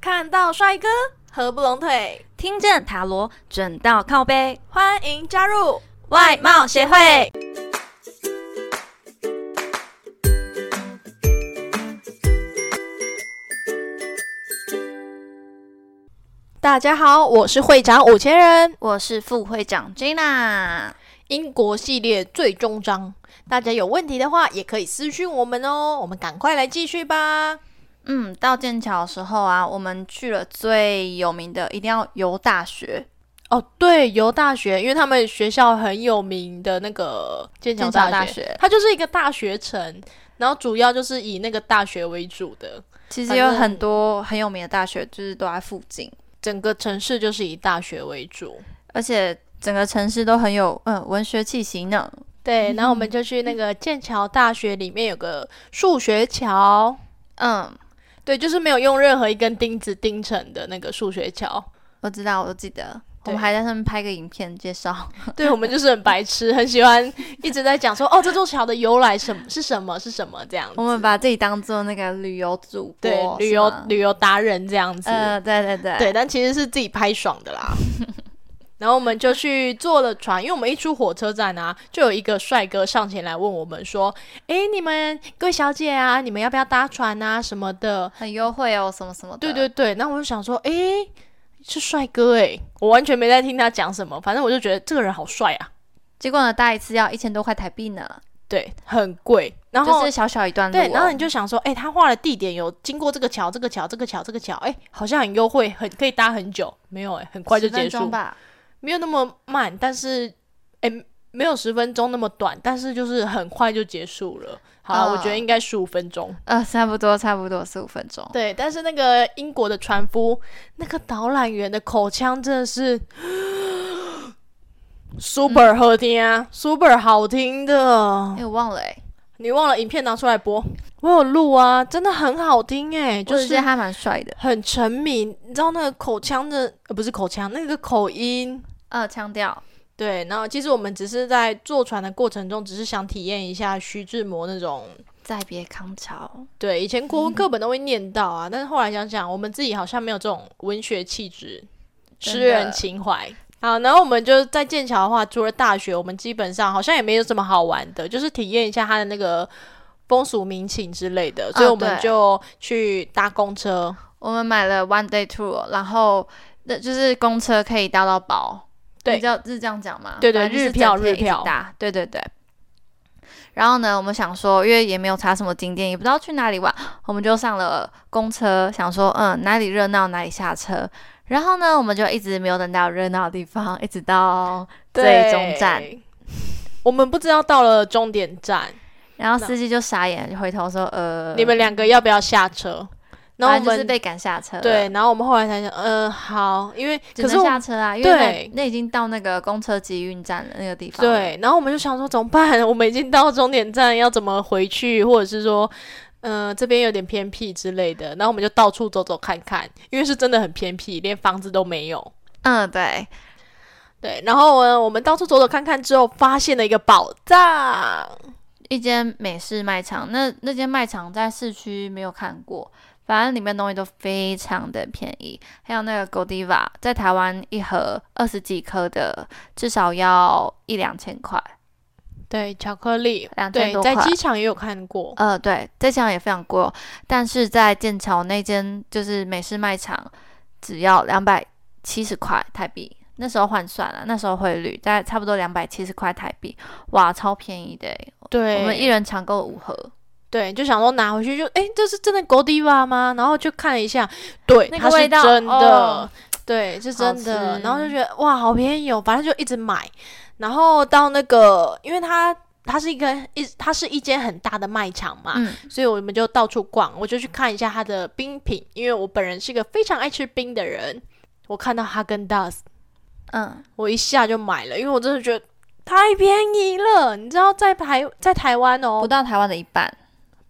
看到帅哥合不拢腿，听见塔罗准到靠背，欢迎加入。外貌协会。大家好，我是会长五千人我是副会长 Gina，英国系列最终章。大家有问题的话，也可以私讯我们哦。我们赶快来继续吧。嗯，到剑桥的时候啊，我们去了最有名的，一定要游大学。哦，对，游大学，因为他们学校很有名的那个剑桥剑桥大大学学，它就是一个大学城，然后主要就是以那个大学为主的，其实反有正很多很有名的大学，就是都在附近，整个城市就是以大学为主。而且整个城市都很有嗯文学气息呢。对，然后我们就去那个剑桥大学里面有个数学桥，嗯，对，就是没有用任何一根钉子钉成的那个数学桥。我知道，我都记得。我对们还在上面拍个影片介 绍，对我们就是很白痴，很喜欢一直在讲说哦，这座桥的由来什么是什么是什么这样我子。们把自己当做那个旅游主播，对，旅是游吗旅游达人这样子。呃，对对对，对，但其实是自己拍爽的 啦。然后我们就去坐了船，因为我们一出火车站啊，就有一个帅哥上前来问我们说：“诶，你们各位小姐啊，你们要不要搭船啊什么的很优惠哦，什么什么？”的。对对对，那我就想说，诶，是帅哥诶，我完全没在听他讲什么，反正我就觉得这个人好帅啊，结果呢，搭一次要一千多块台币呢，对，很贵。然后、就是小小一段路、哦。对，然后你就想说，诶，他画的地点有经过这个桥、这个桥、这个桥、这个桥，诶，好像很优惠，很可以搭很久，没有诶，很快就10分结束钟吧。没有那么慢，但是诶，没有十分钟那么短，但是就是很快就结束了。好了，嗯我觉得应该十五分钟。呃，差不多，差不多十五分钟。对，但是那个英国的船夫，那个导览员的口腔真的是 super 好听啊、s u p e r 好听的哎、。我忘了哎、你忘了影片拿出来播？我有录啊，真的很好听哎、我就只记得是他蛮帅的，很沉迷。你知道那个口腔的，呃，不是口腔，那个口音，呃，腔调，对，然后其实我们只是在坐船的过程中，只是想体验一下徐志摩那种。再别康桥。对，以前国嗯文课本都会念到啊，但是后来想想，我们自己好像没有这种文学气质、真诗的人情怀。好，然后我们就在剑桥的话，除了大学，我们基本上好像也没有什么好玩的，就是体验一下它的那个风俗民情之类的，所以哦我们对就去搭公车。我们买了 one day tour，然后那就是公车可以搭到饱，对你知道是这样讲吗？对对反正就是日票整天一直日票搭，对对对。然后呢，我们想说，因为也没有查什么景点，也不知道去哪里玩，我们就上了公车，想说，嗯，哪里热闹哪里下车。然后呢，我们就一直没有等到热闹的地方，一 直到最终站，对，我们不知道到了终点站，然后司机就傻眼，就回头说，呃，你们两个要不要下车？然后反我正就们是被赶下车了，对，然后我们后来才想，呃，好，因为只可是能我下们车啊，因对为那那已经到那个公车集运站了那个地方了，对，然后我们就想说怎么办？ 我们已经到终点站，要怎么回去，或者是说，呃，这边有点偏僻之类的。然后我们就到处走走看看，因为是真的很偏僻，连房子都没有。嗯，对，对，然后呢，我们到处走走看看之后，发现了一个宝藏。一间美式卖场，那那间卖场在市区没有看过，反正里面东西都非常的便宜，还有那个 Godiva，在台湾一盒二十几颗的，至少要一两千块，对，巧克力，两千对多，块在。机场也有看过。呃，对，在香港也非常贵哦，但是在剑桥那间就是美式卖场，只要两百七十块台币，那时候换算了，那时候汇率大概差不多两百七十块台币，哇，超便宜的耶，对，我们一人抢购五盒，对，就想说拿回去就，诶，这是真的 Godiva 吗？然后就看了一下，对，那个它是味道真的，哦对，是真好的。吃然后就觉得哇，好便宜哦，反正就一直买。然后到那个，因为它它是一个一，它是一间很大的卖场嘛，嗯，所以我们就到处逛，我就去看一下它的冰品，因为我本人是一个非常爱吃冰的人。我看到哈根达斯，嗯，我一下就买了，因为我真的觉得太便宜了。你知道在台在台湾哦，不到台湾的一半，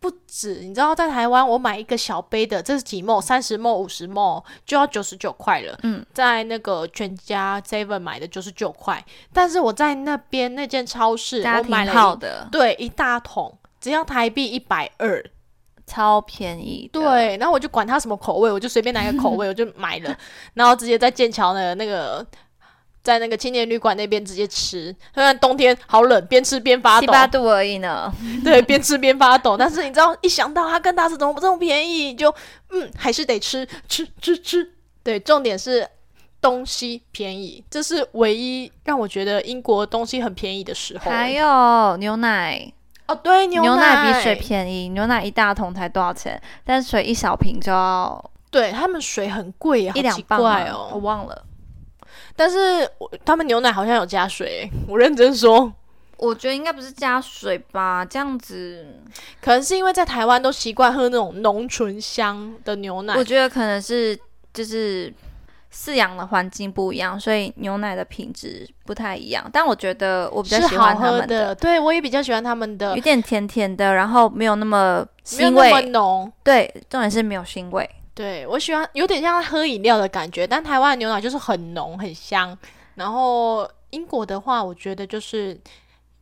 不止，你知道在台湾，我买一个小杯的，这是几毛？三十毛、五十毛就要九十九块了。嗯，在那个全家 Seven 买的九十九块，但是我在那边那间超市，家我买庭了号一的，对一大桶，只要台币一百二。超便宜的。对，然后我就管它什么口味，我就随便拿一个口 味，我就买了，然后直接在剑桥的那个。在那个青年旅馆那边直接吃，虽然冬天好冷，边吃边发七抖，八度而已呢。对，边吃边发抖。但是你知道，一想到它跟大师怎么这么便宜，就嗯，还是得吃吃吃吃。对，重点是东西便宜，这是唯一让我觉得英国东西很便宜的时候。欸还有牛奶，哦，对，牛奶比水便宜，牛奶一大桶才多少钱？但水一小瓶就要对他们水很贵啊呀，好一两奇磅怪吗我哦。忘了。但是我他们牛奶好像有加水，欸我认真说，我觉得应该不是加水吧，这样子，可能是因为在台湾都习惯喝那种浓醇香的牛奶我，觉得可能是就是饲养的环境不一样，所以牛奶的品质不太一样。但我觉得我比较是喜好欢他喝们的。对，我也比较喜欢他们的有，点甜甜的，然后没有那么没有腥那么味，浓。对，重点是没有腥味。对我喜欢有点像喝饮料的感觉，但台湾的牛奶就是很浓很香，然后英国的话，我觉得就是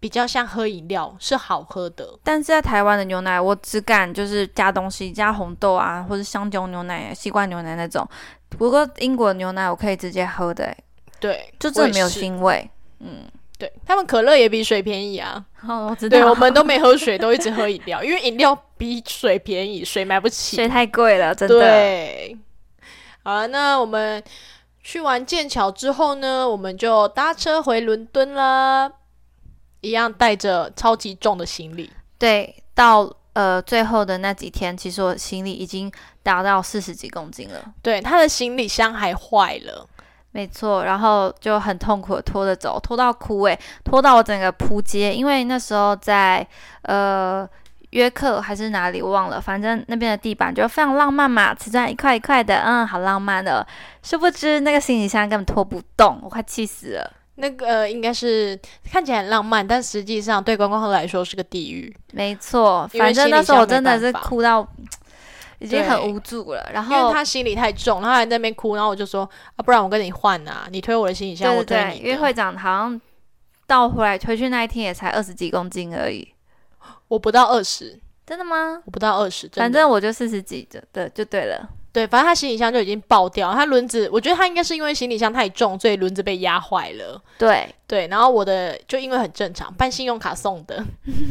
比较像喝饮料，是好喝的。但是在台湾的牛奶，我只敢就是加东西，加红豆啊，或者香蕉牛奶、西瓜牛奶那种。不过英国牛奶我可以直接喝的、欸，对，就真我也的没有是腥味。对他们可乐也比水便宜啊，哦，我知对我们都没喝水，都一直喝饮料，因为饮料比水便宜，水买不起。水太贵了，真的。对，好了，那我们去完剑桥之后呢，我们就搭车回伦敦啦，一样带着超级重的行李。对，到呃最后的那几天，其实我行李已经达到四十几公斤了，对，他的行李箱还坏了，没错。然后就很痛苦的拖着走，拖到哭诶、拖到我整个扑街，因为那时候在呃。约克还是哪里我忘了，反正那边的地板就非常浪漫嘛，瓷砖一块一块的，嗯，好浪漫的。殊不知那个行李箱根本拖不动，我快气死了。那个、呃、应该是看起来很浪漫，但实际上对观光客来说是个地狱。没错，因为反正行那李时候箱我真没的是办法哭到已经很对无助了。然因为后他行李太重，然后还在那边哭，然后我就说啊，不然我跟你换啊，你推我的行李箱，对我对对，推你因为的。会长好像倒回来回去那一天也才二十几公斤而已，我不到二十，真的吗？我不到二十，真的反正我就四十几的的就对了，对，反正他行李箱就已经爆掉，他轮子，我觉得他应该是因为行李箱太重，所以轮子被压坏了。对，对，然后我的就因为很正常，办信用卡送的，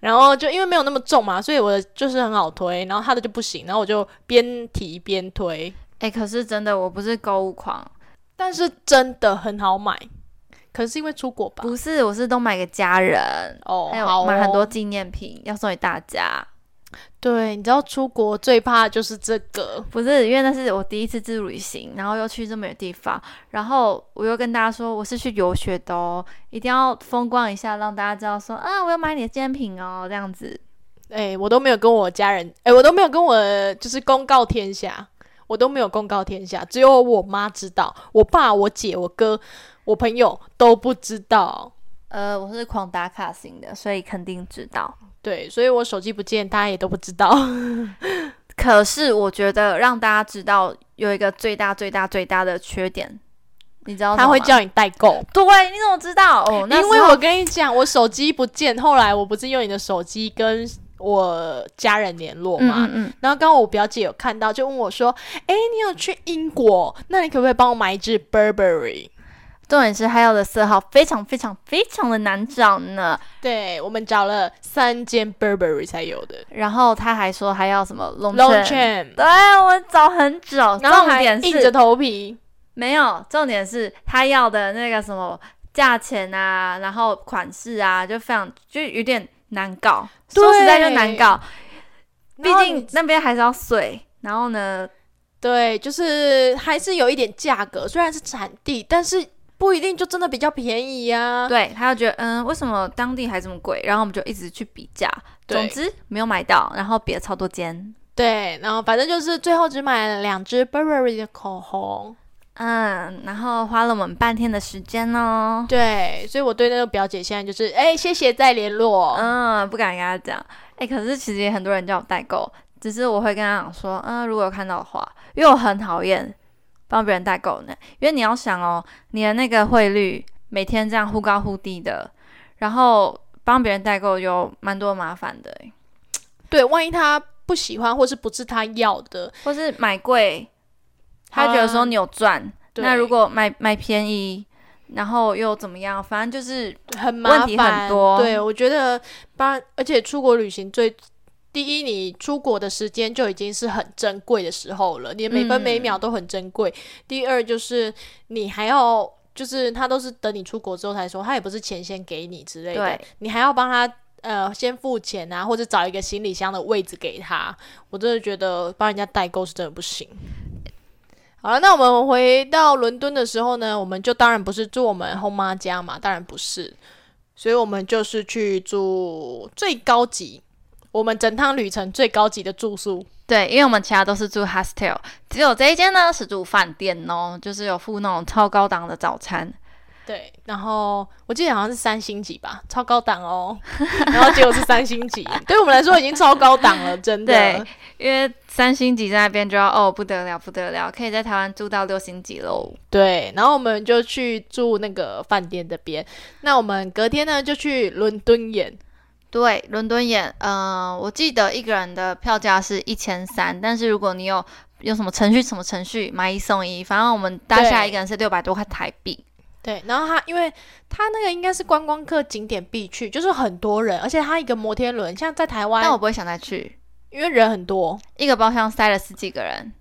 然后就因为没有那么重嘛，所以我的就是很好推，然后他的就不行，然后我就边提边推，哎，可是真的我不是购物狂，但是真的很好买，可能是因为出国吧。不是，我是都买给家人，哦，还好有哦买很多纪念品要送给大家，对，你知道出国最怕的就是这个，不是因为那是我第一次自助旅行，然后又去这么远地方，然后我又跟大家说我是去游学的哦，一定要风光一下，让大家知道说啊，我要买你的纪念品哦，这样子，哎、我都没有跟我家人，哎、我都没有跟我就是公告天下，我都没有公告天下，只有我妈知道，我爸、我姐、我哥、我朋友都不知道。呃，我是狂打卡型的，所以肯定知道。对，所以我手机不见，大家也都不知道。可是我觉得让大家知道有一个最大最大最大的缺点，你知 道他会叫叫你代购，对，你怎么知道？哦，那因为我跟你讲，我手机不见，后来我不是用你的手机跟我家人联络嗯嘛。嗯嗯，然后刚刚我表姐有看到，就问我说：“哎，你有去英国？那你可不可以帮我买一支 Burberry？” 重点是还有的色号非常非常非常的难找呢。对我们找了三间 Burberry 才有的然后他还说还要什么 long Long chain Chain，对啊我找很久，然后重还点硬着是头皮。没有，重点是他要的那个什么价钱啊，然后款式啊，就非常就有点难搞，说实在就难对搞。毕然后竟那边还是要水，然后呢，对，就是还是有一点价格，虽然是产地，但是不一定就真的比较便宜呀、啊。对，他就觉得嗯，为什么当地还这么贵？然后我们就一直去比价，对总之没有买到，然后比了超多间，对，然后反正就是最后只买了两支 Burberry 的口红。嗯，然后花了我们半天的时间哦，对，所以我对那个表姐现在就是，哎，谢谢再联络。嗯，不敢跟他讲，哎，可是其实也很多人叫我代购，只是我会跟他讲说，嗯，如果有看到的话，因为我很讨厌帮别人代购呢，因为你要想哦，你的那个汇率每天这样忽高忽低的，然后帮别人代购有蛮多麻烦的欸，对，万一他不喜欢或是不是他要的，或是买贵，他觉得说你有赚，对那如果买买便宜，然后又怎么样？反正就是很麻烦，问题很多对，我觉得把，而且出国旅行最第一，你出国的时间就已经是很珍贵的时候了，你的每分嗯每秒都很珍贵。第二就是你还要，就是他都是等你出国之后才说，他也不是钱先给你之类的对，你还要帮他。呃，先付钱啊，或者找一个行李箱的位置给他。我真的觉得帮人家代购是真的不行。好了，那我们回到伦敦的时候呢，我们就当然不是住我们后妈家嘛，当然不是，所以我们就是去住最高级，我们整趟旅程最高级的住宿。对，因为我们其他都是住 hostel，只有这一间呢是住饭店哦，就是有附那种超高档的早餐。对，然后我记得好像是三星级吧，超高档哦。然后结果是三星级，对我们来说已经超高档了，真的对。因为三星级在那边就要哦不得了不得了，可以在台湾住到六星级喽。对，然后我们就去住那个饭店这边。那我们隔天呢就去伦敦眼，对，伦敦眼，嗯、我记得一个人的票价是一千三，但是如果你有有什么程序什么程序买一送一，反正我们搭下来对一个人是六百多块台币。对，然后它因为它那个应该是观光客景点必去，就是很多人，而且它一个摩天轮，像在台但湾我，不会想再去，因为人很多，一个包厢塞了十几个人。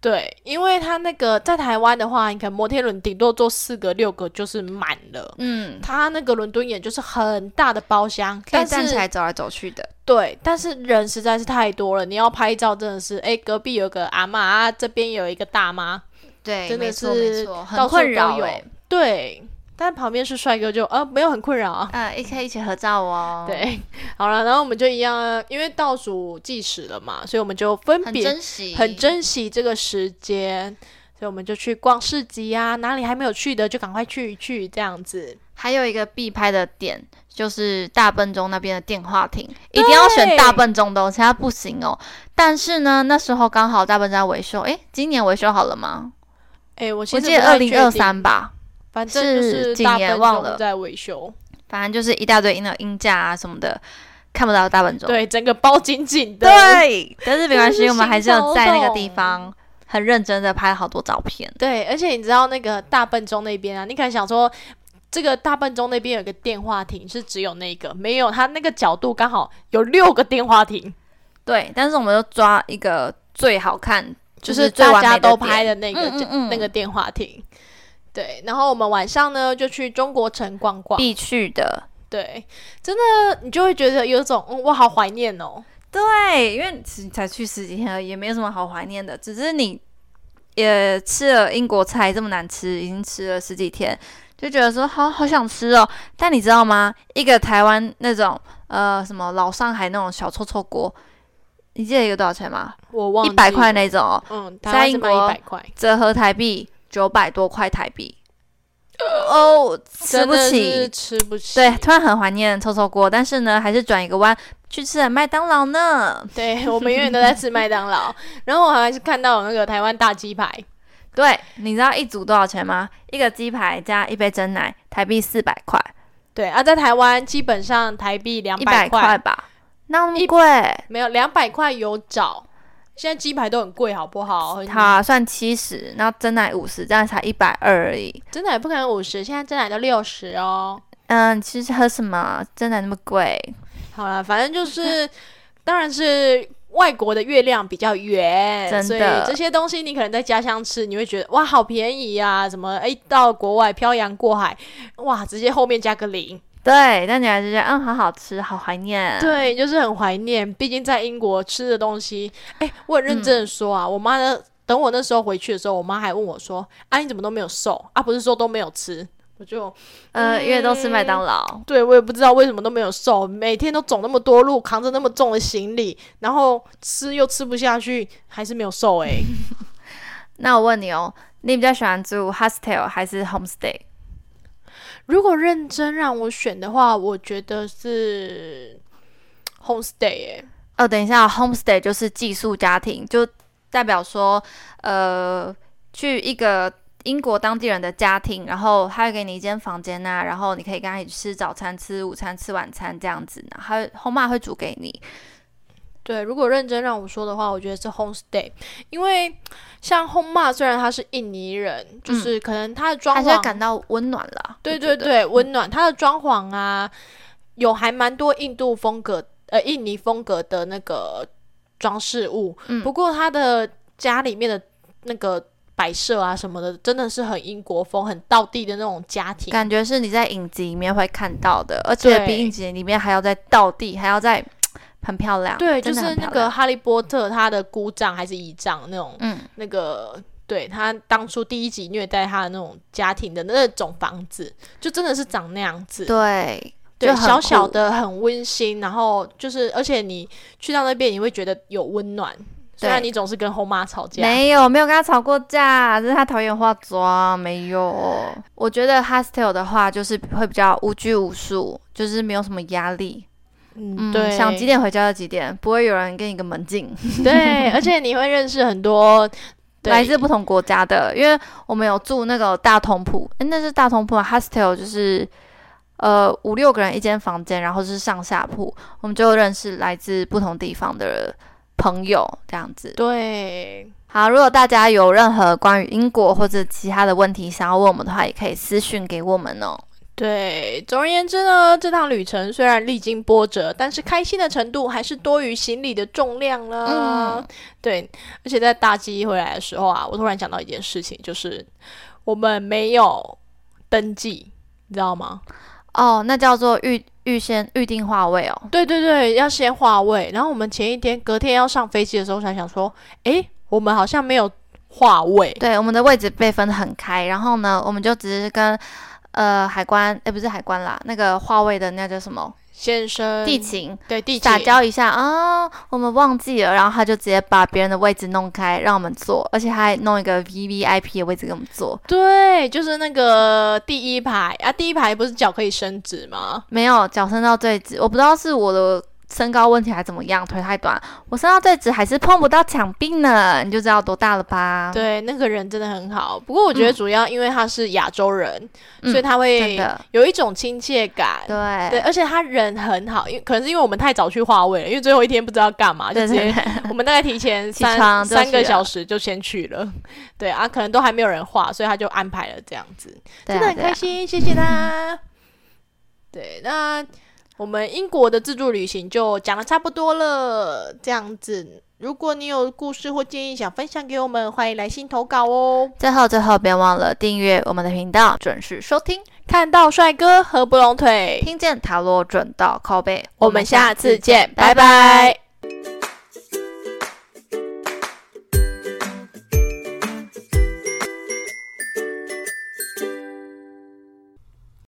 对，因为它那个在台湾的话，你可能摩天轮顶多坐四个六个就是满了。嗯，它那个伦敦眼就是很大的包厢，可以但站起是来走来走去的。对，但是人实在是太多了，你要拍照真的是，哎，隔壁有个阿嬷，啊，这边有一个大妈，对，真的没错是没错，到处都很困扰有哎、对，但旁边是帅哥就呃没有很困扰啊，嗯，也可以一起合照哦。，对， 好了，然后我们就一样，因为倒数计时了嘛，所以我们就分很别珍惜，很珍惜这个时间，所以我们就去逛市集啊，哪里还没有去的就赶快去一去，这样子。还有一个必拍的点就是大笨钟那边的电话亭，一定要选大笨钟的、哦，其他不行哦。但是呢，那时候刚好大笨钟在维修，诶，今年维修好了吗？哎、我其我实记得不太二确零二定，三吧，反正就是是几大年笨忘钟了在维修，反正就是一大堆那种音架啊什么的，看不到大笨钟。对，整个包紧紧的。哦对，但是没真关的系，是我们还是有在那个地心方很认真的拍了好多照片。对，而且你知道那个大笨钟那边啊，你可能想说，这个大笨钟那边有个电话亭是只有那个，没有，它那个角度刚好有六个电话亭，对，但是我们就抓一个最好看，就是最大完家美都点拍的那个嗯嗯嗯那个电话亭。对，然后我们晚上呢就去中国城逛逛，必去的。对，真的你就会觉得有种，嗯，我好怀念哦。对，因为只才去十几天而已，也没有什么好怀念的。只是你也吃了英国菜这么难吃，已经吃了十几天，就觉得说好好想吃哦。但你知道吗？一个台湾那种呃什么老上海那种小臭臭锅，你记得一个多少钱吗？我忘一记百块，那种哦，嗯，台湾是卖在英一国百块，折合台币九百多块台币。哦，吃真不的起是，吃不起。对，突然很怀念臭臭锅，但是呢，还是转一个弯去吃了麦当劳呢。对，我们永远都在吃麦当劳，然后我还是看到有那个台湾大鸡排，对，你知道一组多少钱吗？一个鸡排加一杯真奶，台币四百块，对啊，在台湾基本上台币两一百块块，吧？那一么贵？没有两百块有找，现在鸡排都很贵，好不好？很它算七十，然后真奶五十，这样才一百二而已。真的也不可能五十，现在真奶都六十哦。嗯，其实喝什么真奶那么贵？好了，反正 就是，当然是外国的月亮比较圆，真所以的这些东西你可能在家乡吃，你会觉得哇好便宜呀、什么哎到国外漂洋过海，哇直接后面加个零，对，但你还是觉得嗯，好好吃，好怀念。，对，就是很怀念。毕竟在英国吃的东西，哎、我很认真嗯的说啊，我妈呢，等我那时候回去的时候，我妈还问我说：“啊，你怎么都没有瘦啊？不是说都没有吃？”我就嗯呃，因为都吃麦当劳。对我也不知道为什么都没有瘦，每天都走那么多路，扛着那么重的行李，然后吃又吃不下去，还是没有瘦哎、 那我问你哦，你比较喜欢住 hostel 还是 homestay？如果认真让我选的话，我觉得是 homestay 哎、哦，等一下，homestay 就是寄宿家庭，就代表说，呃，去一个英国当地人的家庭，然后他会给你一间房间呐、然后你可以跟他一起吃早餐、吃午餐、吃晚餐这样子，然后他后妈会煮给你。对，如果认真让我说的话，我觉得是 homestay，因为像 home 妈虽然她是印尼人，就是可能她的装嗯还是潢会感到温暖啦。对我对觉得，嗯对，温暖。它的装潢啊，有还蛮多印度风格，呃，印尼风格的那个装饰物。嗯不过它的家里面的那个摆设啊什么的，真的是很英国风、很道地的那种家庭。感觉是你在影集里面会看到的，而且比对影集里面还要再到地，还要再很漂亮。对，就真的是很那漂个《亮哈利波特》他的姑丈还是姨丈那种，嗯，那个对他当初第一集虐待他的那种家庭的那种房子，就真的是长那样子。对，对就，很小小酷的很温馨，然后就是，而且你去到那边，你会觉得有温暖。虽然对你总是跟后妈吵架，没有，没有跟他吵过架，只是他讨厌化妆。没有，我觉得 hostel 的话就是会比较无拘无束，就是没有什么压力。嗯，嗯，对，想几点回家就几点，不会有人跟你个门禁，对，而且你会认识很多对来自不同国家的。因为我们有住那个大通铺，诶那是大通铺啊 hostel 就是。呃，五六个人一间房间，然后是上下铺，我们就认识来自不同地方的朋友，这样子。对，好，如果大家有任何关于英国或者其他的问题想要问我们的话，也可以私讯给我们哦。对，总而言之呢，这趟旅程虽然历经波折，但是开心的程度还是多于行李的重量了。嗯对，而且在大机回来的时候啊，我突然想到一件事情，就是我们没有登记，你知道吗？哦，那叫做预预先预定话位哦。对对对，要先划位。然后我们前一天、隔天要上飞机的时候，才想说，诶，我们好像没有划位。对，我们的位置被分得很开，然后呢，我们就只是跟呃海关，哎，不是海关啦，那个话位的那叫什么先生，地勤对嗯地勤打交一下啊、我们忘记了，然后他就直接把别人的位置弄开，让我们坐，而且他还弄一个 V V I P 的位置给我们坐。对，就是那个第一排啊，第一排不是脚可以伸直吗？没有脚伸到最直，我不知道是我的身高问题还怎么样，腿太短，我伸到最直还是碰不到墙壁呢，你就知道多大了吧？，对，那个人真的很好。不过我觉得主要因为他是亚洲人，嗯所以他真会的，有一种亲切感。对，对，而且他人很好，因为可能是因为我们太早去划位了，因为最后一天不知道干嘛，就对直对接对，我们大概提前起床三就去了三个小时就先去了， 对啊，可能都还没有人画，所以他就安排了这样子，对啊真的很对啊开心，谢谢他。对，那我们英国的自助旅行就讲的差不多了，这样子。如果你有故事或建议想分享给我们，欢迎来信投稿哦。最后最后别忘了订阅我们的频道，准时收听，看到帅哥合不拢腿，听见塔罗准到靠背，我们下次见，拜拜